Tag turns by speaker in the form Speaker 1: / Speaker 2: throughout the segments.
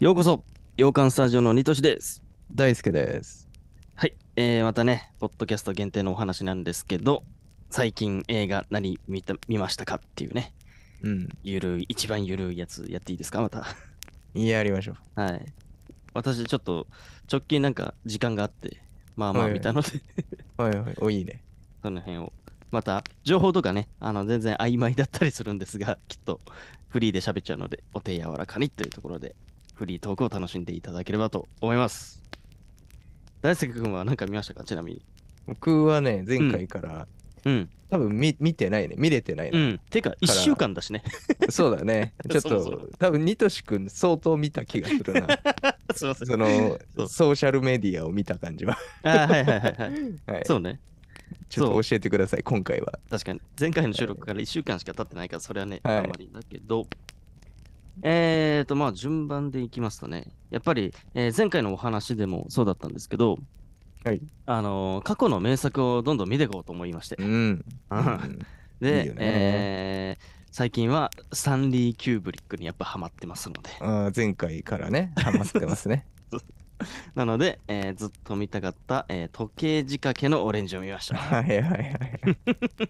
Speaker 1: ようこそ洋館スタジオのニトシです
Speaker 2: 大輔です。
Speaker 1: はい、えー、またねポッドキャスト限定のお話なんですけど最近映画何見た見ましたかっていうね
Speaker 2: うん。
Speaker 1: ゆるい一番ゆるいやつやっていいですかまた
Speaker 2: やりましょう。
Speaker 1: はい私ちょっと直近なんか時間があってまあまあ
Speaker 2: はい
Speaker 1: 見たので、
Speaker 2: はいはい。お、いいね。
Speaker 1: その辺をまた情報とかねあの全然曖昧だったりするんですが きっとフリーで喋っちゃうのでお手柔らかにというところでフリートークを楽しんでいただければと思います大輔君は何か見ましたかちなみに
Speaker 2: 僕はね、前回から、
Speaker 1: うん
Speaker 2: 多分み見てないね。見れてないね。
Speaker 1: うん。てか、1週間だしね。
Speaker 2: そう だね。ちょっと、
Speaker 1: そうそう
Speaker 2: 多分ニトシ君相当見た気がするな。
Speaker 1: すいませ
Speaker 2: その
Speaker 1: そう
Speaker 2: ソーシャルメディアを見た感じは。
Speaker 1: あーはいはいはい はい。
Speaker 2: はい。
Speaker 1: そうね。
Speaker 2: ちょっと教えてください、今回は。
Speaker 1: 確かに。前回の収録から1週間しか経ってないから、それはね、
Speaker 2: はい
Speaker 1: あんまりだけど。えーと、まあ、順番でいきますとね、やっぱり、えー前回のお話でもそうだったんですけど、
Speaker 2: はい。
Speaker 1: あのー過去の名作をどんどん見ていこうと思いまして
Speaker 2: う。ん。
Speaker 1: うん
Speaker 2: いい
Speaker 1: で
Speaker 2: よ、ね
Speaker 1: えー最近はスタンリー・キューブリックにやっぱハマってますので。
Speaker 2: あー前回からね、ハマってま すね。
Speaker 1: なので、えーずっと見たかった、えー時計仕掛けのオレンジを見ました。
Speaker 2: はいはいはい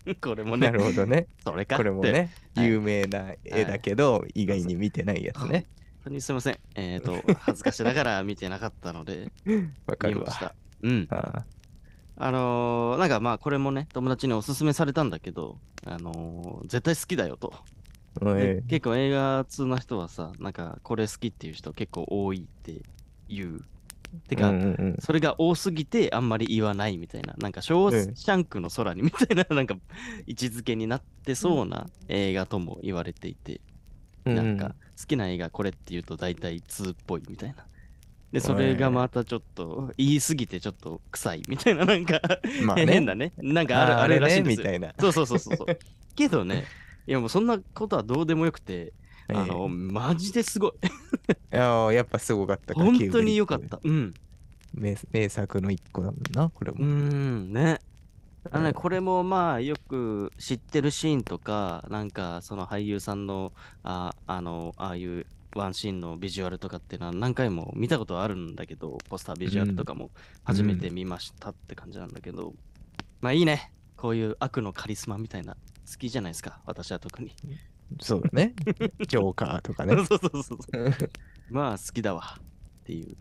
Speaker 2: は
Speaker 1: これも
Speaker 2: い。
Speaker 1: ね
Speaker 2: な、るほどね。
Speaker 1: それか
Speaker 2: これも
Speaker 1: って
Speaker 2: ね、
Speaker 1: はい
Speaker 2: 有名な絵だけど、意外に見てないやつね。
Speaker 1: 本当にすみません。えっ、 と、恥ずかしながら見てなかったので、
Speaker 2: わか
Speaker 1: 見
Speaker 2: る
Speaker 1: ま
Speaker 2: わ
Speaker 1: し。た。うん。
Speaker 2: あ
Speaker 1: あのーなんかまあ、これもね、友達におすすめされたんだけど、あのー絶対好きだよと。
Speaker 2: ーうん
Speaker 1: で結構映画通な人はさ、なんか、これ好きっていう人結構多いっていう。てか、
Speaker 2: うんうんうん
Speaker 1: それが多すぎてあんまり言わないみたいな、なんか、ショーシャンクの空にみたいな、なんか、位置づけになってそうな映画とも言われていて。なんか好きな映画これって言うと大体2っぽいみたいな。で、それがまたちょっと言い過ぎてちょっと臭いみたいななんか
Speaker 2: うん、まあ
Speaker 1: 変
Speaker 2: ね、
Speaker 1: だね。なんかある
Speaker 2: あ
Speaker 1: あ
Speaker 2: あ
Speaker 1: れ
Speaker 2: れ
Speaker 1: らしい
Speaker 2: ね、
Speaker 1: んで
Speaker 2: み
Speaker 1: すよ。
Speaker 2: たいな。
Speaker 1: そうそうそうそうそう。けどね、いやもうそんなことはどうでもよくて、あの、マジですごい。
Speaker 2: ええいやーやっぱすごかったか
Speaker 1: 本当に良かっ。た。うん。
Speaker 2: キューブリック名名作の一個だもんな、これ
Speaker 1: うー
Speaker 2: も。
Speaker 1: ん、ね。あの
Speaker 2: う
Speaker 1: ね、
Speaker 2: ん
Speaker 1: これもまあよく知ってるシーンとか、なんかその俳優さんの、ああの、ああいうワンシーンのビジュアルとかっていうのは何回も見たことあるんだけど、ポスタービジュアルとかも初めて見ましたって感じなんだけど、まあいいね。こういう悪のカリスマみたいな、好きじゃないですか、私は特に。
Speaker 2: そうだね。ジョーカーとかね
Speaker 1: そう。そうそうそう。
Speaker 2: うん
Speaker 1: まあ好きだわっていう。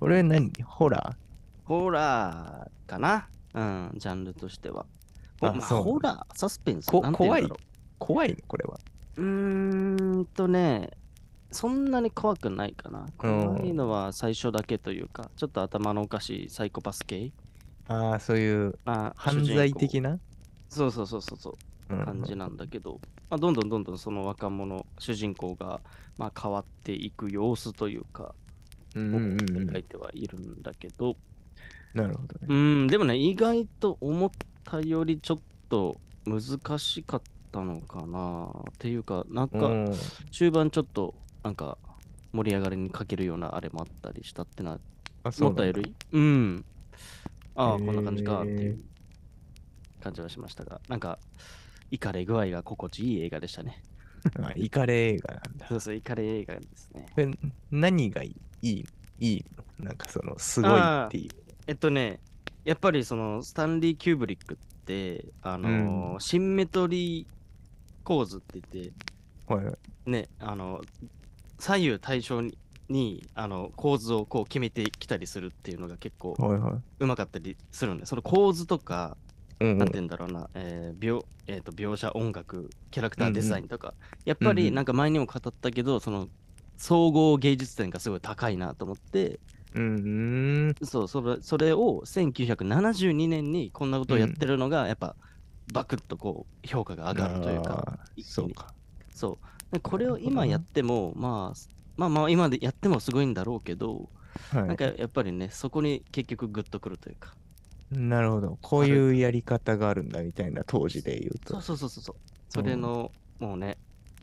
Speaker 2: これ何ホラ
Speaker 1: ホラーかなうん、ジャンルとしては。ほ
Speaker 2: あ
Speaker 1: まあ、
Speaker 2: そう
Speaker 1: ホラー、サスペンス、
Speaker 2: こ
Speaker 1: なんて言うんだろう
Speaker 2: 怖いー怖いのこれは。
Speaker 1: うーんとね、そんなに怖くないかな。
Speaker 2: うん
Speaker 1: 怖いのは最初だけというか、ちょっと頭のおかしいサイコパス系
Speaker 2: ああ、そういう
Speaker 1: あ
Speaker 2: 犯罪的な
Speaker 1: そうそうそうそうそう感じな
Speaker 2: の。
Speaker 1: んだけど、まあ、どんどんどんどんその若者、主人公が、まあ、変わっていく様子というか、
Speaker 2: うん
Speaker 1: 僕
Speaker 2: うんうんうん
Speaker 1: 描いてはいるんだけど、
Speaker 2: なるほどね。
Speaker 1: うん、でもね、意外と思ったよりちょっと難しかったのかなっていうか、なんか、
Speaker 2: うん
Speaker 1: 中盤ちょっとなんか盛り上がりに欠けるようなあれもあったりしたってな
Speaker 2: あそう
Speaker 1: 思
Speaker 2: なん
Speaker 1: った
Speaker 2: だ
Speaker 1: よりうんああこんな感じかってい
Speaker 2: へ
Speaker 1: う感じはしましたがなんかイカれ具合が心地いい映画でしたね
Speaker 2: あイカレ映画なんだ。
Speaker 1: そうそうイカれ映画ですね
Speaker 2: これ何がいいいいのなんかその、すごいっていう。
Speaker 1: えっとねやっぱりそのスタンリー・キューブリックってあのー
Speaker 2: う
Speaker 1: シンメトリー構図って言って
Speaker 2: はいはい
Speaker 1: ねあの左右対称ににあの構図をこう決めてきたりするっていうのが結構
Speaker 2: はいは
Speaker 1: うまかったりするんで、その構図とか、
Speaker 2: い。うんう
Speaker 1: なん
Speaker 2: ん
Speaker 1: て言うんだろうな、えー描えーと描写、音楽、キャラクターデザインとか、やっぱ
Speaker 2: うん
Speaker 1: り
Speaker 2: うん
Speaker 1: なんか前にも語ったけど、その総合芸術点がすごい高いなと思って、
Speaker 2: うんうん。
Speaker 1: そうそれそれを1972年にこんなことをやってるのが、やっぱ、バクッとこう評価が上がるというか、
Speaker 2: あー。そうか。
Speaker 1: そうでこれを
Speaker 2: なるほど
Speaker 1: 今
Speaker 2: ね
Speaker 1: やっても、まあ、まあまあ今でやってもすごいんだろうけど、
Speaker 2: はい
Speaker 1: なんかやっぱりね、そこに結局グッとくるというか。
Speaker 2: なるほど。こういうやり方があるんだみたいな、当時で言う
Speaker 1: そう
Speaker 2: と。
Speaker 1: そうそうそうそう。
Speaker 2: う
Speaker 1: そ
Speaker 2: ん
Speaker 1: れの、もうね、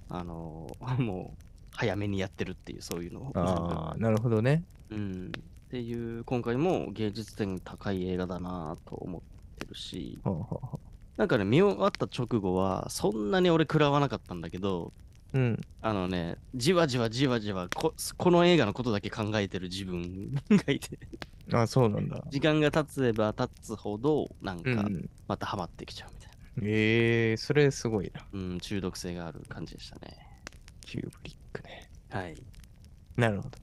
Speaker 1: あの ーもう、早めにやってるっていう、そういうのを。
Speaker 2: ああ、なるほどね。
Speaker 1: うん。っていう、今回も芸術点高い映画だなぁと思ってるし、
Speaker 2: ほうほうほ
Speaker 1: なんかね、見終わった直後は、そんなに俺食らわなかったんだけど、
Speaker 2: うん。
Speaker 1: あのね、じわじわじわじわこ、この映画のことだけ考えてる自分 がいて、
Speaker 2: あ、そうなんだ。
Speaker 1: 時間が経つば経つほど、なん
Speaker 2: う
Speaker 1: か、
Speaker 2: ん。
Speaker 1: またハマってきちゃうみたいな。
Speaker 2: ええそれすごいな。
Speaker 1: うん、中毒性がある感じでしたね。
Speaker 2: キューブリックね。
Speaker 1: はい。
Speaker 2: なるほど。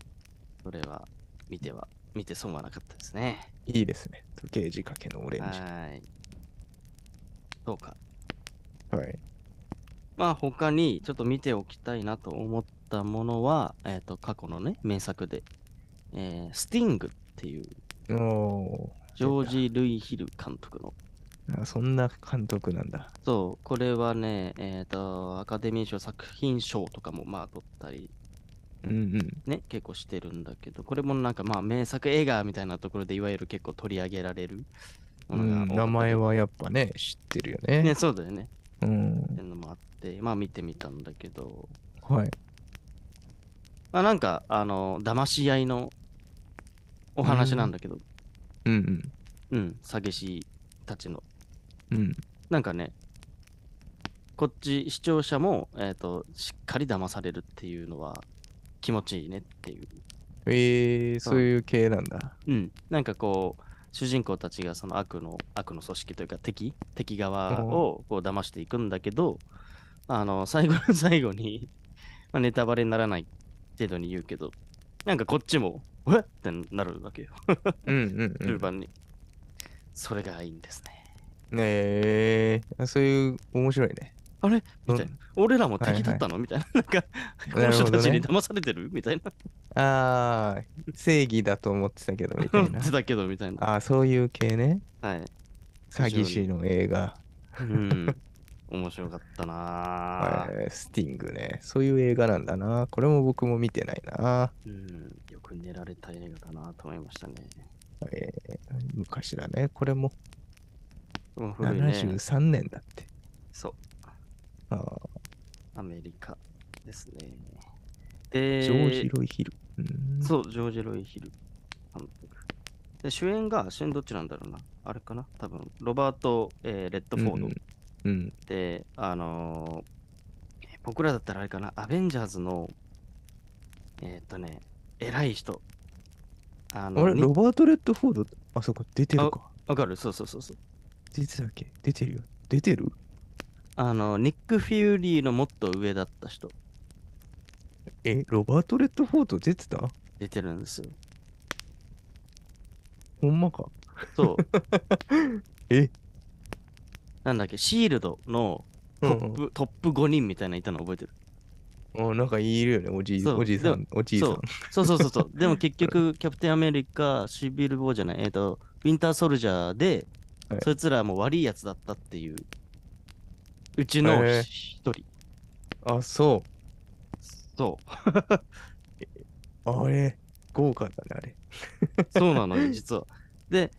Speaker 1: それは、見ては、見て損はなかったですね。
Speaker 2: いいですね。時計仕掛けのオレン
Speaker 1: は
Speaker 2: ジ。
Speaker 1: ーい。そうか。
Speaker 2: はい。
Speaker 1: まあ、他にちょっと見ておきたいなと思ったものは、えっ、と、過去のね、名作で、えー、スティングっていう、
Speaker 2: おお
Speaker 1: ジョージ・ルイ・ヒル監督の
Speaker 2: ー。あそんな監督なんだ。
Speaker 1: そう、これはね、えっ、と、アカデミー賞作品賞とかもまあ取ったり
Speaker 2: うんうん。
Speaker 1: ね、結構してるんだけど、これもなんかまあ名作映画みたいなところでいわゆる結構取り上げられるものが多かったり、
Speaker 2: 名前はやっぱね、知ってるよね。
Speaker 1: ね、そうだよね。
Speaker 2: うん
Speaker 1: って。いうのもあって、まあ見てみたんだけど、
Speaker 2: はい。
Speaker 1: まあなんか、あの、騙し合いのお話なんだけど、
Speaker 2: うん
Speaker 1: うん、詐欺師たちの。
Speaker 2: うん。うん。
Speaker 1: なんかね、こっち視聴者も、えっ、と、しっかり騙されるっていうのは気持ちいいねっていう。
Speaker 2: ええそういう系なんだ。
Speaker 1: うん、なんかこう主人公たちがその悪の悪の組織というか敵敵側をこう騙していくんだけどあの 最後の最後に、まあ、ネタバレにならない程度に言うけどなんかこっちも「えっ?」ってなるわけよ
Speaker 2: うんうん、う
Speaker 1: ル
Speaker 2: ん。
Speaker 1: ーバンに、それがいいんですね
Speaker 2: ねえあそういう面白いね。
Speaker 1: あれみたいな俺らも
Speaker 2: はいはい
Speaker 1: 敵だったの、みたいななんかこ の
Speaker 2: なるほどね
Speaker 1: 人たちに騙されてるみたいな
Speaker 2: ああ、正義だと思ってたけど、みた
Speaker 1: 思っ
Speaker 2: いな。
Speaker 1: てたけどみたいな
Speaker 2: ああ、そういう系ね。
Speaker 1: はい
Speaker 2: 詐欺師の映画。
Speaker 1: うん面白かったなぁ、
Speaker 2: えースティングね。そういう映画なんだな。これも僕も見てないな。
Speaker 1: うん、よく寝られた映画だなと思いましたね。
Speaker 2: えー昔だね。これも
Speaker 1: もう古いね。
Speaker 2: 73年だって。
Speaker 1: そう、
Speaker 2: ああ、
Speaker 1: アメリカですね。
Speaker 2: ジ
Speaker 1: で、
Speaker 2: ョージ・ロイ・ヒル。うん
Speaker 1: そう、ジョージ・ロイ・ヒル監督。で、主演が、主演どっちなんだろうな。あれかな多分、ロバート、えーレッド・フォード、
Speaker 2: うんうん。うん
Speaker 1: で、あのーえー僕らだったらあれかな、アベンジャーズの、えーっとね、偉い人。あ
Speaker 2: あ
Speaker 1: の、
Speaker 2: れ、
Speaker 1: に
Speaker 2: ロバート・レッドフォード、あそこ出てるか。
Speaker 1: わかるそうそうそうそう。
Speaker 2: 出てたっけ出てるよ。出てる
Speaker 1: あの、ニック・フューリーのもっと上だった人。
Speaker 2: え、ロバート・レッドフォード出てた
Speaker 1: 出てるんですよ。
Speaker 2: ほんまか。
Speaker 1: そう。
Speaker 2: え
Speaker 1: なんだっけ、シールドのト
Speaker 2: う
Speaker 1: ッ
Speaker 2: ん
Speaker 1: プ,、トップ5人みたいなのいたの覚えてる。
Speaker 2: うん、なんかいるよね、おじい
Speaker 1: そう
Speaker 2: おじいさん、おじいさん。
Speaker 1: そうそうそうそう そう。でも結局、キャプテンアメリカ、シビル・ボーじゃない、えっ、と、ウィンター・ソルジャーで、
Speaker 2: はい
Speaker 1: そいつらも悪いやつだったっていう、うちの
Speaker 2: へー
Speaker 1: 一人。
Speaker 2: あ、そ
Speaker 1: そう。
Speaker 2: う。あれ、豪華だね、あれ。
Speaker 1: そうなのよ、実は。で、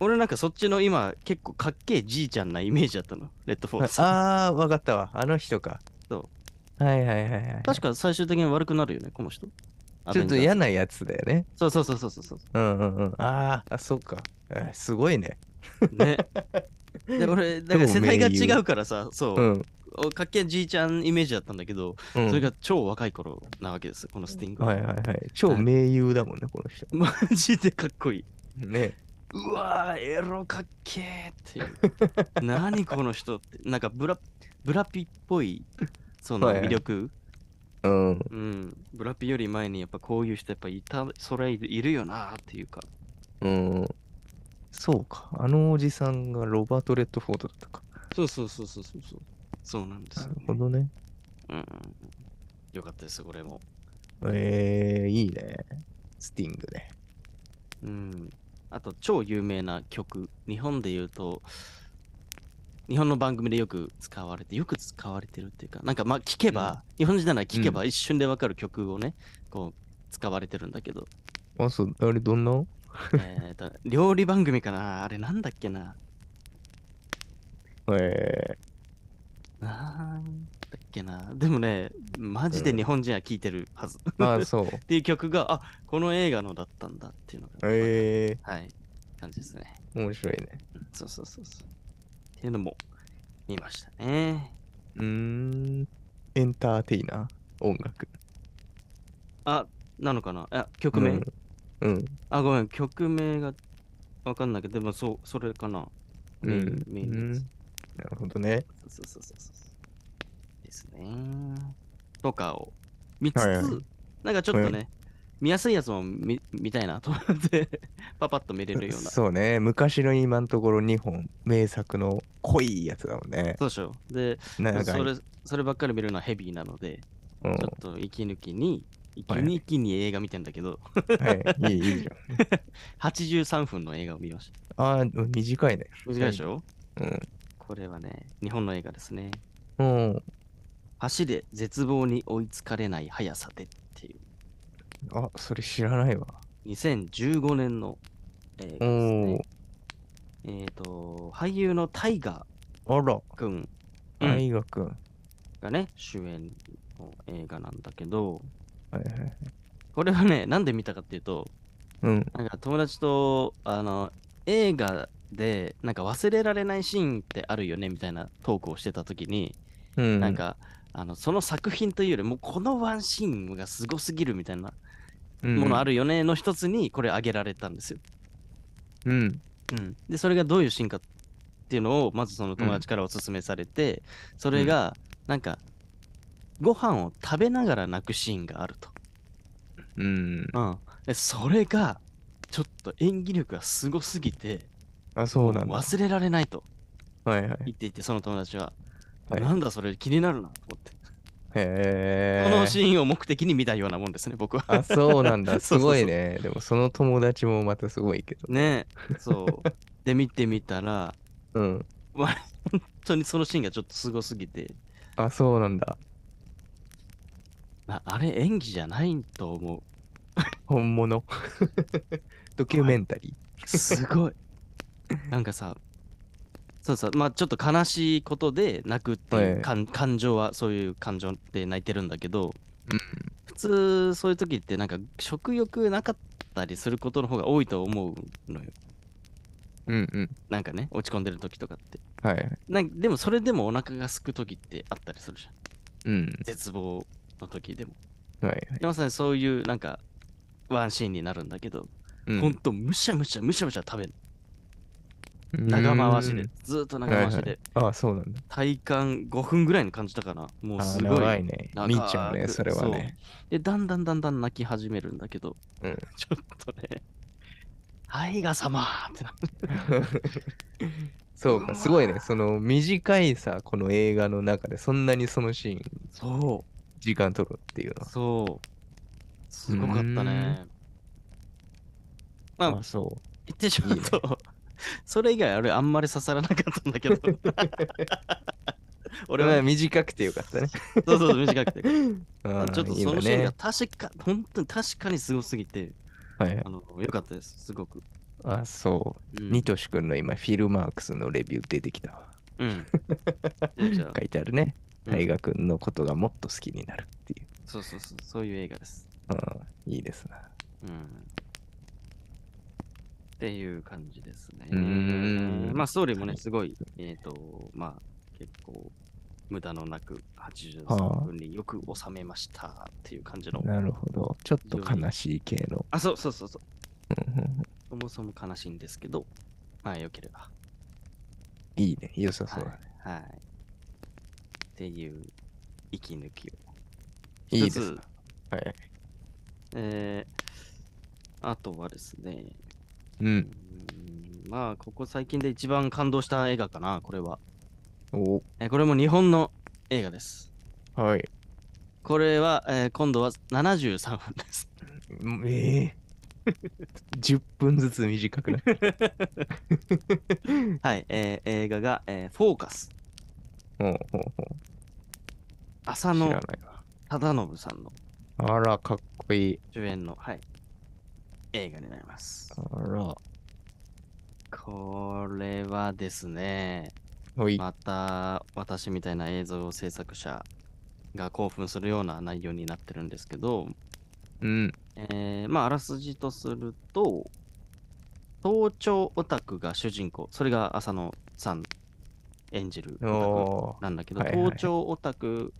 Speaker 1: 俺なんかそっちの今、結構かっけえじいちゃんなイメージだったの、レッドフォース。
Speaker 2: あー、わかったわ。あの人か。。
Speaker 1: そう
Speaker 2: はいはいはいはい。
Speaker 1: 確か最終的に悪くなるよね、この人。
Speaker 2: ちょっと
Speaker 1: や
Speaker 2: 嫌なやつだよね。
Speaker 1: そうそうそうそうそうそう。
Speaker 2: うんうんうん。あー、あ、そうか。あすごいね。
Speaker 1: ね。で俺、だから世代が違うからさ、そうう、
Speaker 2: ん。
Speaker 1: おかっけえじいちゃんイメージだったんだけど、
Speaker 2: うん
Speaker 1: それが超若い頃なわけですよ、このスティング。
Speaker 2: はいはいはい。超名優だもんね、この人。
Speaker 1: マジでかっこいい。
Speaker 2: ね。
Speaker 1: うわー、エロかっけえっていう。 何この人って、なんかブラブラピっぽい、その
Speaker 2: はいはい
Speaker 1: 魅力、
Speaker 2: うん。
Speaker 1: うん。ブラピより前にやっぱこういう人やっぱいた、それいるよなーっていうか。
Speaker 2: うん。そうか。あのおじさんがロバート・レッドフォードだったか。
Speaker 1: そうそうそうそうそうそう。そうなんです
Speaker 2: な
Speaker 1: よ
Speaker 2: る
Speaker 1: ね、
Speaker 2: ほどね。
Speaker 1: うんうんうん。よかったです、これも。
Speaker 2: えー、いいね。スティングね。
Speaker 1: うん、あと超有名な曲日本で言うと日本の番組でよく使われてよく使われてるっていうかなんかまあ聞けば、日本人なら聞けば一瞬でわかる曲をね、こう使われてるんだけど
Speaker 2: あ、そう、あれどんな
Speaker 1: えーと料理番組かなあれなんだっけな
Speaker 2: え
Speaker 1: なんだっけなでもねマジで日本人は聞いてるはず、
Speaker 2: ー、ま あそう。
Speaker 1: っていう曲があこの映画のだったんだっていうのが、
Speaker 2: え
Speaker 1: はい感じですね
Speaker 2: ー、面白いね。
Speaker 1: うんそうそうそうそうっていうのも見ましたね
Speaker 2: うーん。エンターテイナー、音楽。
Speaker 1: あ、なのかなあ、曲名、
Speaker 2: うん。うん。
Speaker 1: あ、ごめん、曲名がわかんないけど、でもそう、それかな。メイン、
Speaker 2: うん
Speaker 1: メイン
Speaker 2: う
Speaker 1: の
Speaker 2: ん
Speaker 1: や
Speaker 2: なるほどね。
Speaker 1: つ。そうそうそうそうそう。ですね。とかを見つつ、
Speaker 2: はいはい
Speaker 1: なんかちょっとね、見やすいやつも見見たいなと思って、 パパッと見れるような。
Speaker 2: そうね。昔の今のところ2本、名作の濃いやつだもんね。
Speaker 1: そうでしょう。で、
Speaker 2: なんか、
Speaker 1: それ、そればっかり見るのはヘビーなので、
Speaker 2: うん
Speaker 1: ちょっと息抜きに、息
Speaker 2: はいはい
Speaker 1: 抜きに映画見てんだけど、
Speaker 2: はい、いい、いいじ
Speaker 1: 83分の映画を見ました。
Speaker 2: ゃん。ああ、短いね。
Speaker 1: 短いでしょ、
Speaker 2: うん。
Speaker 1: これはね、日本の映画ですね。
Speaker 2: うん。
Speaker 1: 走れ、絶望に追いつかれない速さでっていう。
Speaker 2: あ、それ知らないわ。
Speaker 1: 2015年の映画
Speaker 2: お
Speaker 1: です
Speaker 2: お
Speaker 1: ね。えっ、と、俳優のタイガ
Speaker 2: あら、
Speaker 1: ーくんうん
Speaker 2: 大学。は
Speaker 1: がね、主演の映画なんだけど、
Speaker 2: いはい。
Speaker 1: これはね、なんで見たかっていうと、
Speaker 2: うん。
Speaker 1: なんか友達と、あの、映画で、なんか忘れられないシーンってあるよねみたいなトークをしてた時に、
Speaker 2: うん。
Speaker 1: なん、か、あのその作品というよりもうこのワンシーンがすごすぎるみたいなものあ
Speaker 2: る。
Speaker 1: るよねの一つにこれ挙げられたんですよ。
Speaker 2: うん。
Speaker 1: でそれがどういうシーンかっていうのをまずその友達からお勧めされて、それがなんかご飯を食べながら泣くシーンがあると、
Speaker 2: うん。
Speaker 1: でそれがちょっと演技力がすごすぎて
Speaker 2: あ、そうなんだ。
Speaker 1: 忘れられないと
Speaker 2: はいはい。
Speaker 1: 言っていてその友達は、
Speaker 2: はい
Speaker 1: なんだそれ気になるなと思って、
Speaker 2: へえ。
Speaker 1: このシーンを目的に見たようなもんですね僕は
Speaker 2: あ、そうな ん
Speaker 1: そ
Speaker 2: だ。す
Speaker 1: うそうそう
Speaker 2: ごいね。でも、その友達もまたすごいけど。
Speaker 1: ねそうで見てみたら
Speaker 2: うん。
Speaker 1: 本当にそのシーンがちょっとすごすぎて
Speaker 2: あ、そうなんだ。
Speaker 1: ああれ演技じゃないと思う
Speaker 2: 本物。 ドキュメンタリ
Speaker 1: す ごい。なんかさ、そうそう、まあちょっと悲しいことで泣くっていう、
Speaker 2: はい
Speaker 1: 感感情は、そういう感情で泣いてるんだけど
Speaker 2: うん、
Speaker 1: 普通そういう時ってなんか食欲なかったりすることの方が多いと思うのよ。
Speaker 2: ー。うんうん。
Speaker 1: なんかね、落ち込んでる時とかって。
Speaker 2: はい。
Speaker 1: なんでもそれでもお腹が空く時ってあったりするじゃん。
Speaker 2: うん。
Speaker 1: 絶望の時でも。
Speaker 2: はいはい。
Speaker 1: でまさにそういうなんか、ワンシーンになるんだけど、
Speaker 2: うん
Speaker 1: ほんとむしゃむしゃむしゃむしゃ食べる。長回しで、ずーっと長回しで。
Speaker 2: はいはいあ、そうなんだ。
Speaker 1: 体感5分ぐらいの感じだからもう
Speaker 2: あ
Speaker 1: す
Speaker 2: ー、
Speaker 1: ごい
Speaker 2: 長いね。
Speaker 1: 長く
Speaker 2: 見ちゃうね、それはね。
Speaker 1: でだんだんだんだん泣き始めるんだけど、
Speaker 2: うん
Speaker 1: ちょっとねはいが様ってな
Speaker 2: そうか、すごいね。その短いさ、この映画の中で、そんなにそのシーン、
Speaker 1: そ
Speaker 2: 時間取るっていうの
Speaker 1: う
Speaker 2: は。
Speaker 1: そうすごかったねまあ
Speaker 2: そ
Speaker 1: 言ってしまうと
Speaker 2: い
Speaker 1: それ以外あれあんまり刺さらなかったん だけど
Speaker 2: う。
Speaker 1: 俺
Speaker 2: まあ
Speaker 1: は
Speaker 2: 短くてよかったね。
Speaker 1: そうそう短くて
Speaker 2: あー
Speaker 1: ちょっと
Speaker 2: いい
Speaker 1: そ
Speaker 2: わ
Speaker 1: のシーン
Speaker 2: ね
Speaker 1: が。確か本当に確かにすごすぎて
Speaker 2: はい。
Speaker 1: あのよかったですすごく、
Speaker 2: あ、そうう。
Speaker 1: ん
Speaker 2: ニトシ君の今、フィルマークスのレビュー出てきたわ。
Speaker 1: うん じゃあ
Speaker 2: 書いてあるね。
Speaker 1: うん
Speaker 2: 大河君のことがもっと好きになるっていう。
Speaker 1: そうそうそうそういう映画です
Speaker 2: うん、いいですな。
Speaker 1: うんっていう感じですね
Speaker 2: うーん。
Speaker 1: まあ、ストーリーもね、
Speaker 2: はい
Speaker 1: すごい、えっ、と、まあ、結構、無駄のなく
Speaker 2: は
Speaker 1: 83
Speaker 2: あ
Speaker 1: 分によく収めましたっていう感じの。
Speaker 2: なるほど。ちょっと悲しい系の。
Speaker 1: あ、そうそうそうそう。
Speaker 2: うんうん
Speaker 1: そもそも悲しいんですけど、まあ、よければ。
Speaker 2: いいね。良さそうだね。
Speaker 1: はい。はい。っていう、息抜きを。
Speaker 2: いいで
Speaker 1: 一
Speaker 2: す
Speaker 1: つ
Speaker 2: な。はい。
Speaker 1: えー、あとはですね、
Speaker 2: う。
Speaker 1: うんん、まあ、ここ最近で一番感動した映画かな、これは。
Speaker 2: お
Speaker 1: えーこれも日本の映画です。
Speaker 2: はい。
Speaker 1: これは、えー今度は73分です。
Speaker 2: うん ええ10分ずつ 短くない
Speaker 1: はい、えー映画が、えーフォーカス。
Speaker 2: ほうほうほう
Speaker 1: 浅
Speaker 2: 知ら
Speaker 1: 野
Speaker 2: ないわ。
Speaker 1: 忠信さんの
Speaker 2: あら、かっこいい。
Speaker 1: 主演の、はい、映画になります。
Speaker 2: あら。
Speaker 1: これはですね、
Speaker 2: ほい。
Speaker 1: また私みたいな映像制作者が興奮するような内容になってるんですけど、
Speaker 2: うん。
Speaker 1: えーまあ、あらすじとすると、盗聴オタクが主人公、それが浅野さん演じるオタク
Speaker 2: おー。
Speaker 1: なんだけど、
Speaker 2: はいはい
Speaker 1: 盗聴オタク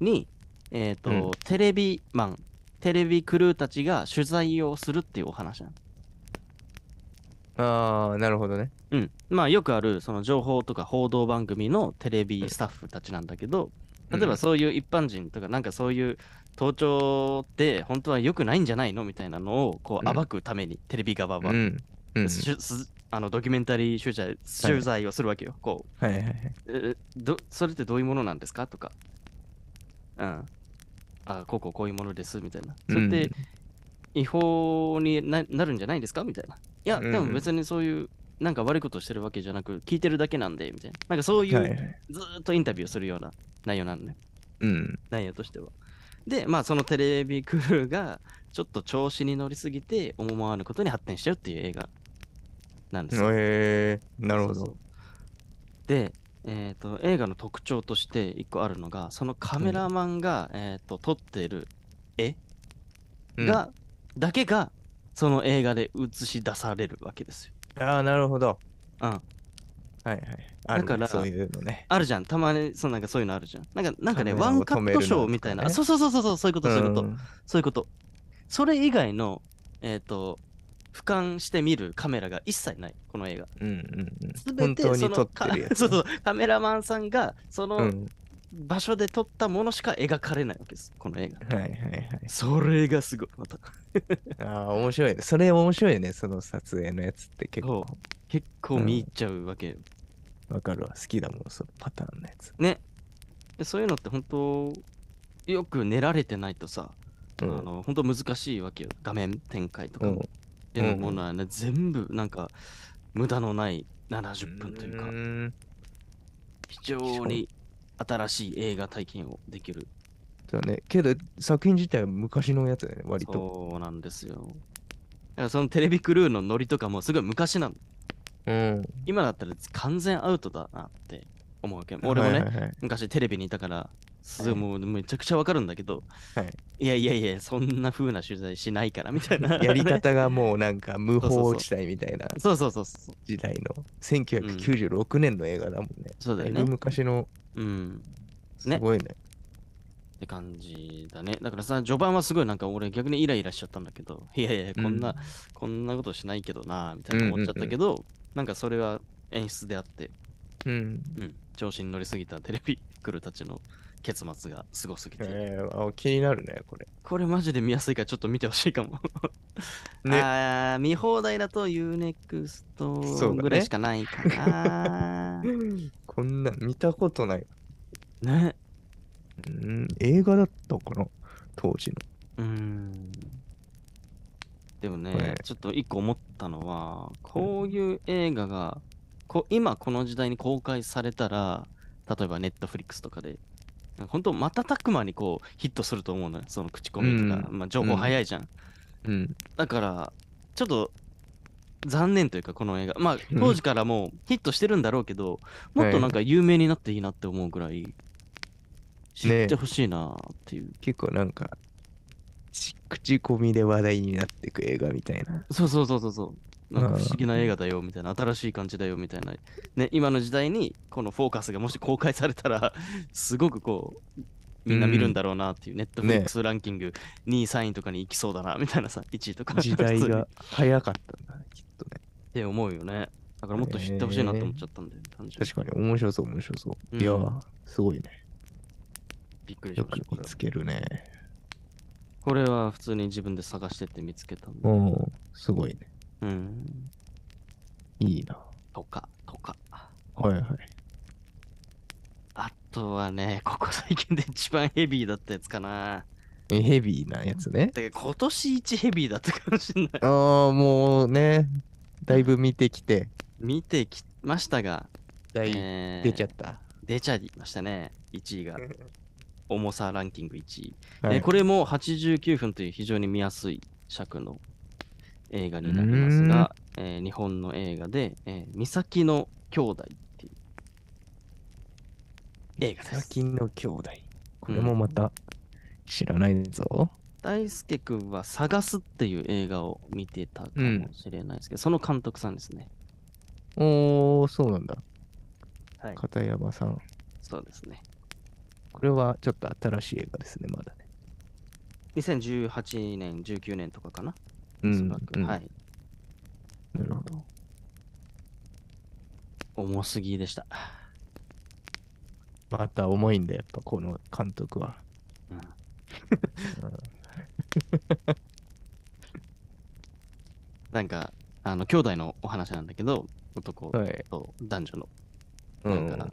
Speaker 1: に、えっ、と、
Speaker 2: うん
Speaker 1: テレビマン、テレビクルーたちが取材をするっていうお話なの。
Speaker 2: ああ、なるほどね。
Speaker 1: うん。まあ、よくある、その情報とか報道番組のテレビスタッフたちなんだけど、
Speaker 2: うん
Speaker 1: 例えばそういう一般人とか、なんかそういう盗聴って本当は良くないんじゃないのみたいなのを、こ
Speaker 2: う
Speaker 1: う、
Speaker 2: ん
Speaker 1: 暴くために、テレビ側は、
Speaker 2: うん。うん。
Speaker 1: しゅすあのドキュメンタリー取材取材をするわけよ。こ
Speaker 2: はいはいはい。
Speaker 1: うえど、それってどういうものなんですかとか。うん。あ、こうこうこういうものですみたいな。それって違法にななるんじゃないですかみたいな。いや、
Speaker 2: うんうん
Speaker 1: でも別にそういう、なんか悪いことしてるわけじゃなく、聞いてるだけなんで、みたいな。なんかそう
Speaker 2: う
Speaker 1: い
Speaker 2: ん、はいは
Speaker 1: う、
Speaker 2: い。
Speaker 1: ずーっとインタビューするような内容なんで、
Speaker 2: うん。
Speaker 1: 内容としては。で、まあそのテレビクルーが、ちょっと調子に乗りすぎて、思わぬことに発展しちゃうっていう映画なんですよ。
Speaker 2: えー、なるほ
Speaker 1: そう
Speaker 2: ど
Speaker 1: そ。うで、えー、と映画の特徴として一個あるのがそのカメラマンが、えー、と撮ってる絵
Speaker 2: うん
Speaker 1: が、だけがその映画で映し出されるわけですよ。
Speaker 2: ああ、なるほど。
Speaker 1: うん、
Speaker 2: はいはい。あるね
Speaker 1: だから
Speaker 2: そういうのね。
Speaker 1: あるじゃんたまにそうなんかそういうのあるじゃん。なんかなんかね
Speaker 2: カメラ
Speaker 1: ワ
Speaker 2: を
Speaker 1: ンカ
Speaker 2: 止め
Speaker 1: ッ
Speaker 2: る
Speaker 1: ト
Speaker 2: の
Speaker 1: ショーみたいな、
Speaker 2: とか
Speaker 1: あ
Speaker 2: ね
Speaker 1: そうそうそうそうそうそういうことそういうこと、
Speaker 2: ん
Speaker 1: そういうことそれ以外のえっ、と俯瞰して見るカメラが一切ないこの映画。
Speaker 2: うんうんう
Speaker 1: す
Speaker 2: ん。
Speaker 1: べ
Speaker 2: 本
Speaker 1: て
Speaker 2: 当
Speaker 1: そ
Speaker 2: に撮
Speaker 1: の
Speaker 2: っ
Speaker 1: か
Speaker 2: てるやつ。
Speaker 1: そうそうカメラマンさんがその、
Speaker 2: うん。
Speaker 1: 場所で撮ったものしか描かれないわけです、この映画。
Speaker 2: はいはいはい。
Speaker 1: それがすごい、また。
Speaker 2: ああ、面白いね。それ面白いね。その撮影のやつって結構
Speaker 1: そ結構見入っちゃうわけよ、
Speaker 2: わかるわ。好きだもん、そのパターンのやつ。
Speaker 1: でそういうのって本当、よく練られてないとさ、
Speaker 2: うん
Speaker 1: あの本当難しいわけよ。画面展開とか
Speaker 2: う
Speaker 1: も
Speaker 2: ん。
Speaker 1: っていうものはね、全部なんか無駄のない70分というか、
Speaker 2: ん
Speaker 1: 非常に新しい映画体験をできる。
Speaker 2: そうだね。けど、作品自体は昔のやつだよね、割と。
Speaker 1: そうなんですよ。だからそのテレビクルーのノリとかもすごい昔なの。
Speaker 2: うん。
Speaker 1: 今だったら完全アウトだなって思うわけ。俺もね、
Speaker 2: はいはいはい
Speaker 1: 昔テレビにいたから、す
Speaker 2: はい
Speaker 1: もうめちゃくちゃわかるんだけど、、
Speaker 2: はい
Speaker 1: やいやいや、そんな風な取材しないからみたいな。
Speaker 2: やり
Speaker 1: ね
Speaker 2: 方がもうなんか無
Speaker 1: そうそうそ
Speaker 2: 法
Speaker 1: う
Speaker 2: 地帯みたいな
Speaker 1: そうそうそうそう。
Speaker 2: 時代の1996年の映画だもんね。
Speaker 1: そうだ
Speaker 2: だい
Speaker 1: よ
Speaker 2: ぶ
Speaker 1: ね。
Speaker 2: 昔の
Speaker 1: うん。
Speaker 2: すごいね。
Speaker 1: って感じだね。だからさ、序盤はすごいなんか俺逆にイライラしちゃったんだけど、いやいや、こんな、こんなことしないけどな、みたいな思っちゃったけど、なんかそれは演出であって、
Speaker 2: うん。うん。
Speaker 1: うん、調子に乗りすぎたテレビクルーたちの結末がすごすぎて、
Speaker 2: えー、あ気になるね、これ。
Speaker 1: これマジで見やすいからちょっと見てほしいかも。
Speaker 2: ね。
Speaker 1: あー見放題だと UNEXT
Speaker 2: そうだね
Speaker 1: ぐらいしかないかな。ね
Speaker 2: こんなん見たことない。うん、映画だったかな当時の。
Speaker 1: うーん。でもね、
Speaker 2: ね
Speaker 1: ちょっと一個思ったのは、こういう映画が、こ今この時代に公開されたら、例えば Netflix とかで、本当瞬く間にこうヒットすると思うのよ、その口コミとか、
Speaker 2: うん
Speaker 1: まあ、情報早いじゃん。
Speaker 2: うん。
Speaker 1: だから、ちょっと残念というか、この映画。まあ、当時からもうヒットしてるんだろうけど、もっとなんか有名になっていいなって思うぐらい、知ってほしいなっていう。
Speaker 2: 結構なんか、ち口コミで話題になってく映画みたいな。
Speaker 1: そうそうそうそうそう。なんか
Speaker 2: うん
Speaker 1: 不思議な映画だよみたいな、新しい感じだよみたいな。ね、今の時代にこのフォーカスがもし公開されたら、 すごくこう、みんな見るんだろうなっていう、ネットフリックスランキング2位、3位とかに行きそうだなみたいなさ、1位とか。
Speaker 2: 時代
Speaker 1: 普通にっ
Speaker 2: が早かったんだね、きっとね。
Speaker 1: て思うよね。だからもっと知ってほしいなって思っちゃったんで、単純に
Speaker 2: 確かに面白そう、面白そう。
Speaker 1: うん
Speaker 2: いやー、すごいね。
Speaker 1: びっくりし
Speaker 2: よ
Speaker 1: ま
Speaker 2: く
Speaker 1: した。こ
Speaker 2: 見
Speaker 1: れは
Speaker 2: つけるね。
Speaker 1: これは普通に自分で探してって見つけたんで。
Speaker 2: うん、すごいね。
Speaker 1: うん。
Speaker 2: いいな。
Speaker 1: とか、とか。
Speaker 2: はいはい。
Speaker 1: あとはね、ここ最近で一番ヘビーだったやつかな。
Speaker 2: えヘビーなやつね。
Speaker 1: だけど今年一ヘビーだったかもしれない。
Speaker 2: ああ、もうね、だいぶ見てきて、
Speaker 1: 見てきましたが、
Speaker 2: だい
Speaker 1: えー
Speaker 2: 出ちゃった。
Speaker 1: 出ちゃいましたね。1位が。重さランキング1位、
Speaker 2: はい
Speaker 1: えーこれも89分という非常に見やすい尺の映画になり
Speaker 2: うーん
Speaker 1: ますが、えー日本の映画で、えー、美咲の兄弟っていう映画で
Speaker 2: 最
Speaker 1: す。
Speaker 2: 近の兄弟。これもまた知らないぞ。
Speaker 1: 大輔くんは探すっていう映画を見てたかもしれないですけど、その監督さんですね。
Speaker 2: おー、そうなんだ。
Speaker 1: はい
Speaker 2: 片山さん。
Speaker 1: そうですね。
Speaker 2: これはちょっと新しい映画ですね、まだね。
Speaker 1: 2018年、19年とかかな、
Speaker 2: う
Speaker 1: おそ
Speaker 2: ん、
Speaker 1: らく。
Speaker 2: うん
Speaker 1: はい。
Speaker 2: なるほど。
Speaker 1: 重すぎでした。
Speaker 2: また重いんだ、やっぱこの監督は。
Speaker 1: うんなんか、あの、兄弟のお話なんだけど、男
Speaker 2: はい。
Speaker 1: と男女の。
Speaker 2: うん。
Speaker 1: だか
Speaker 2: は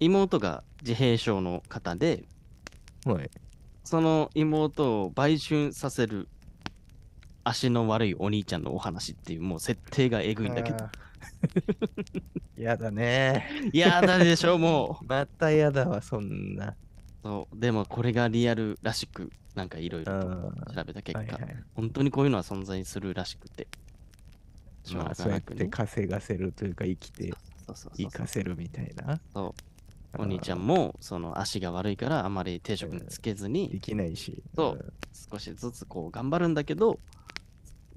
Speaker 1: 妹が自閉症の方で、
Speaker 2: い。
Speaker 1: その妹を売春させる足の悪いお兄ちゃんのお話っていう、もう設定がえぐいんだけど。
Speaker 2: やだね。
Speaker 1: いやー、誰でしょう、 も
Speaker 2: またやだわ、そんな。
Speaker 1: う。そうでも、これがリアルらしく、なんかいろい
Speaker 2: うん。
Speaker 1: ろと
Speaker 2: は
Speaker 1: 調べた
Speaker 2: い
Speaker 1: 結
Speaker 2: は
Speaker 1: 果、
Speaker 2: い。
Speaker 1: 本当にこういうのは存在するらしくて。しょう
Speaker 2: ま
Speaker 1: が
Speaker 2: あ、そうや
Speaker 1: な
Speaker 2: っ
Speaker 1: く
Speaker 2: て
Speaker 1: ね。
Speaker 2: 稼がせるというか、生きて
Speaker 1: そうそうそうそう
Speaker 2: 生かせるみたいな。
Speaker 1: そ
Speaker 2: あー
Speaker 1: お兄ちゃんもその足が悪いからあまり定職につけずに
Speaker 2: できないし。
Speaker 1: そう少しずつこう頑張るんだけど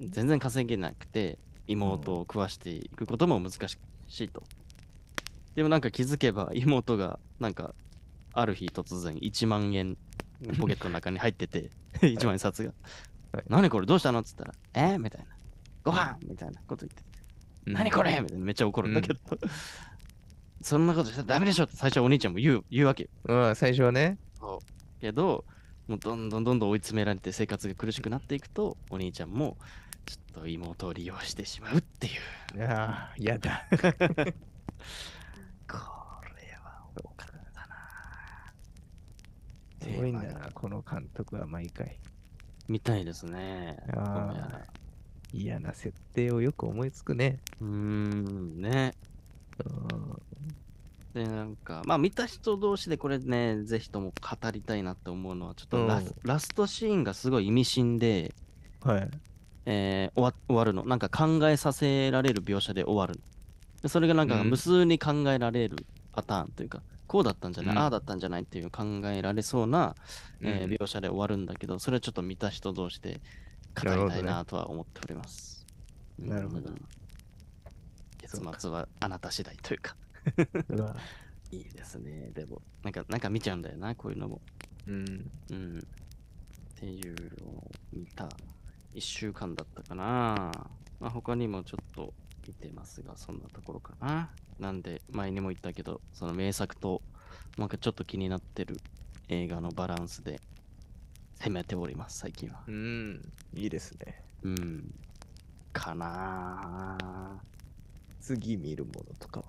Speaker 1: 全然稼げなくて妹を食わしていくことも難しいと。でもなんか気づけば妹がなんかある日突然1万円ポケットの中に入ってて 1万円札が
Speaker 2: は
Speaker 1: 「
Speaker 2: い
Speaker 1: 何これどうしたの?」っつったら「えーみたいな「ご飯みたいなこと言って
Speaker 2: うん。
Speaker 1: 何これみたいなめっちゃ怒るんだけど、 そんなことしちゃダメでしょって最初お兄ちゃんも言う言うわけよ
Speaker 2: うん、最初はね。
Speaker 1: けどもうどんどんどんどん追い詰められて生活が苦しくなっていくとお兄ちゃんもちょっと妹を利用してしまうっていう
Speaker 2: ああ、や だ。
Speaker 1: これは多かったな
Speaker 2: すごいんだ
Speaker 1: テーマが
Speaker 2: な、この監督は毎回。
Speaker 1: みたいですね
Speaker 2: あー
Speaker 1: どうやら
Speaker 2: 嫌な設定をよく思いつくね。
Speaker 1: うーんね
Speaker 2: うん
Speaker 1: でなんかまあ見た人同士でこれねぜひとも語りたいなって思うのはちょっとラス,、
Speaker 2: うん
Speaker 1: ラストシーンがすごい意味深で、
Speaker 2: はい。
Speaker 1: えー終わ終わるのなんか考えさせられる描写で終わるでそれがなんか
Speaker 2: うん
Speaker 1: 無数に考えられるパターンというか、こうだったんじゃない、
Speaker 2: うん
Speaker 1: ああだったんじゃないっていう考えられそうな、えー
Speaker 2: うん
Speaker 1: 描写で終わるんだけどそれはちょっと見た人同士で語
Speaker 2: な
Speaker 1: り
Speaker 2: るほ
Speaker 1: た
Speaker 2: ど
Speaker 1: い
Speaker 2: ね
Speaker 1: なとは思っております
Speaker 2: なるほど
Speaker 1: うん結
Speaker 2: そうか
Speaker 1: 末はあなた次第というか
Speaker 2: うわ
Speaker 1: いいですねでもなんかなんか見ちゃうんだよなこういうのも
Speaker 2: うん。
Speaker 1: うんっていうのを見た1週間だったかな。まあ、他にもちょっと見てますが、そんなところかな。なんで、前にも言ったけど、その名作と、なんかちょっと気になってる映画のバランスで攻めております、最近は。
Speaker 2: うん。いいですね。
Speaker 1: うん。かなあ
Speaker 2: 次見るものとかは、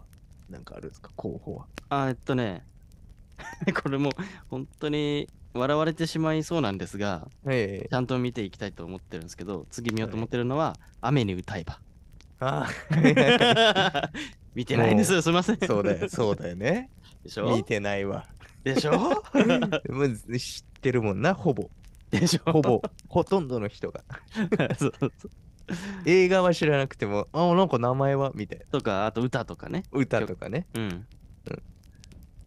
Speaker 2: なんかあるんですか候補は。
Speaker 1: あ、えっとね、 これも本当に笑われてしまいそうなんですが、
Speaker 2: ええ
Speaker 1: ちゃんと見ていきたいと思ってるんですけど、次見ようと思ってるのは、雨に歌え ば。
Speaker 2: あ
Speaker 1: 見てないんですよ、すいません。
Speaker 2: そうだよ、そうだよね。
Speaker 1: でし
Speaker 2: 見
Speaker 1: ょ
Speaker 2: てないわ。
Speaker 1: でし ょ
Speaker 2: もう知ってるもんな、ほ ぼ。
Speaker 1: でしょ
Speaker 2: ほぼ。ほとんどの人が。
Speaker 1: そうそう
Speaker 2: 映画は知らなくても、あ、なんか名前はみたいな。
Speaker 1: とか、あと歌とかね。
Speaker 2: 歌とかね。
Speaker 1: うん。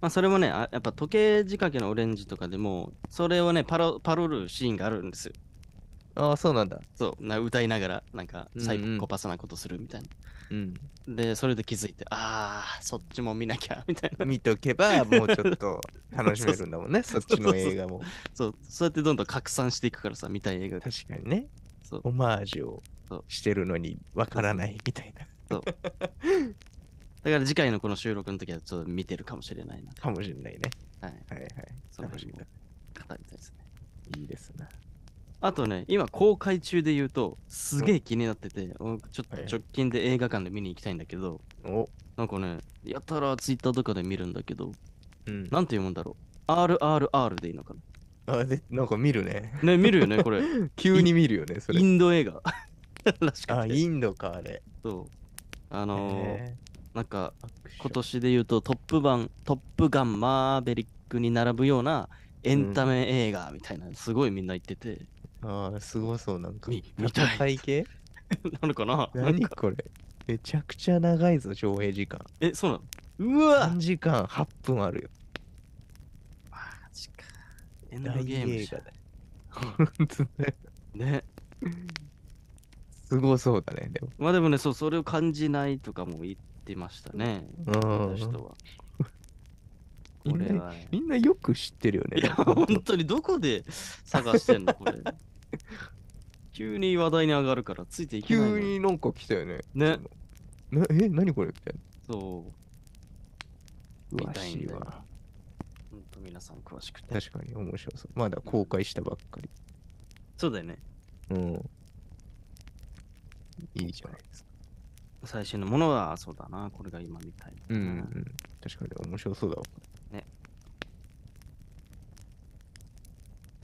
Speaker 1: まあ、それもね、あやっぱ時計仕掛けのオレンジとかでも、それをね、パロパロるシーンがあるんですよ。
Speaker 2: ああ、そうなんだ。
Speaker 1: そう、な歌いながら、なんか、
Speaker 2: うんうん
Speaker 1: サイコパスなことするみたいな。
Speaker 2: うん。
Speaker 1: で、それで気づいて、あー、そっちも見なきゃ、みたいな。
Speaker 2: 見とけば、もうちょっと楽しめるんだもん ね、そっちの映画も。
Speaker 1: そう、そうやってどんどん拡散していくからさ、見たい映画が。
Speaker 2: 確かにね。
Speaker 1: そう
Speaker 2: オマージュを
Speaker 1: そう
Speaker 2: してるのにわからないみたい
Speaker 1: だ
Speaker 2: な。
Speaker 1: から次回のこの収録の時はちょっと見てるかもしれないな。
Speaker 2: かもしれないね。
Speaker 1: はい。
Speaker 2: はいはい。
Speaker 1: その
Speaker 2: 楽
Speaker 1: 辺
Speaker 2: しみ
Speaker 1: も
Speaker 2: だ。
Speaker 1: 語りたいですね。
Speaker 2: いいですな。
Speaker 1: あとね、今公開中で言うと、すげえ気になってて、おちょっと
Speaker 2: はいはい
Speaker 1: 直近で映画館で見に行きたいんだけど、
Speaker 2: お、
Speaker 1: なんかね、やたらツイッターとかで見るんだけど、
Speaker 2: うん。
Speaker 1: なんて読むんだろう。RRR でいいのか
Speaker 2: あでなんか見 るね。
Speaker 1: なね、見るよね、こ れ。
Speaker 2: 急に見るよね、そ
Speaker 1: イ
Speaker 2: れ。
Speaker 1: ンド映画 らし
Speaker 2: あ、
Speaker 1: くて。
Speaker 2: インドか、あれ。
Speaker 1: そう。あのー、
Speaker 2: へ
Speaker 1: なんか、
Speaker 2: ー
Speaker 1: 今。年で言うとトップガン、トップガンマーベリックに並ぶようなエンタメ映画みたいな、すごいみんな言ってて、
Speaker 2: ああ、すごそう、なんか。
Speaker 1: み見たい
Speaker 2: 戦系
Speaker 1: なのかななん
Speaker 2: 何
Speaker 1: か
Speaker 2: これ。めちゃくちゃ長いぞ、上映時間。
Speaker 1: え、そうなのうわ
Speaker 2: 3時間8分あるよ。
Speaker 1: マジか。エンド
Speaker 2: 大
Speaker 1: ゲーム
Speaker 2: 映
Speaker 1: じゃ
Speaker 2: 画
Speaker 1: ん
Speaker 2: だよ。ほんとね
Speaker 1: ね。
Speaker 2: すごそうだね、でも。
Speaker 1: まあでもね、そう、それを 感じないとかも言ってましたね。
Speaker 2: うん
Speaker 1: 見た人は。
Speaker 2: み
Speaker 1: こ
Speaker 2: ん
Speaker 1: れ
Speaker 2: な、
Speaker 1: はね。
Speaker 2: みんなよく知ってるよね。
Speaker 1: いや、
Speaker 2: なんか
Speaker 1: 本当にどこで探してんのこれ。 急に話題に上がるからついていけないの。
Speaker 2: 急になんか来たよね。
Speaker 1: ね。
Speaker 2: なえ、何これみたいな。
Speaker 1: そう。み
Speaker 2: 詳
Speaker 1: たい
Speaker 2: し
Speaker 1: ん
Speaker 2: い
Speaker 1: だよ
Speaker 2: わ。
Speaker 1: 本当皆さん詳しくて。
Speaker 2: 確かに面白そう。まだ公開したばっかり。
Speaker 1: そうだよね。
Speaker 2: うん。いいじゃないですか。
Speaker 1: 最新のものはそうだな。これが今みたいな。
Speaker 2: うん、うん。確かに面白そうだわ。
Speaker 1: っ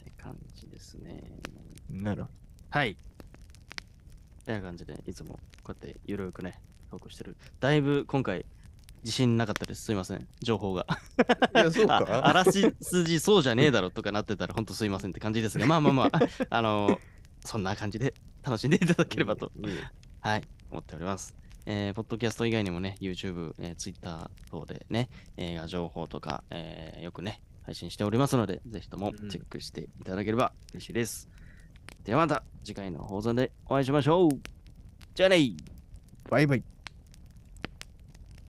Speaker 1: て感じですね。
Speaker 2: なら。
Speaker 1: はい。てな感じで、いつもこうやってゆるくね、投稿してる。だいぶ今回、自信なかったです。すいません。情報が。
Speaker 2: いや、そう
Speaker 1: ああらしすじそうじゃねえだろとかなってたら、ほんとすいませんって感じですが、まあまあまあ、あのそんな感じで楽しんでいただければと、
Speaker 2: うん。
Speaker 1: はい、思っております。えー、ポッドキャスト以外にもね、YouTube、えー Twitter 等でね、映画情報とか、えーよくね、配信しておりますので、ぜひとも
Speaker 2: うん
Speaker 1: チェックしていただければ嬉しいです。ではまた次回の放送でお会いしましょう。じゃあね
Speaker 2: バイバイ。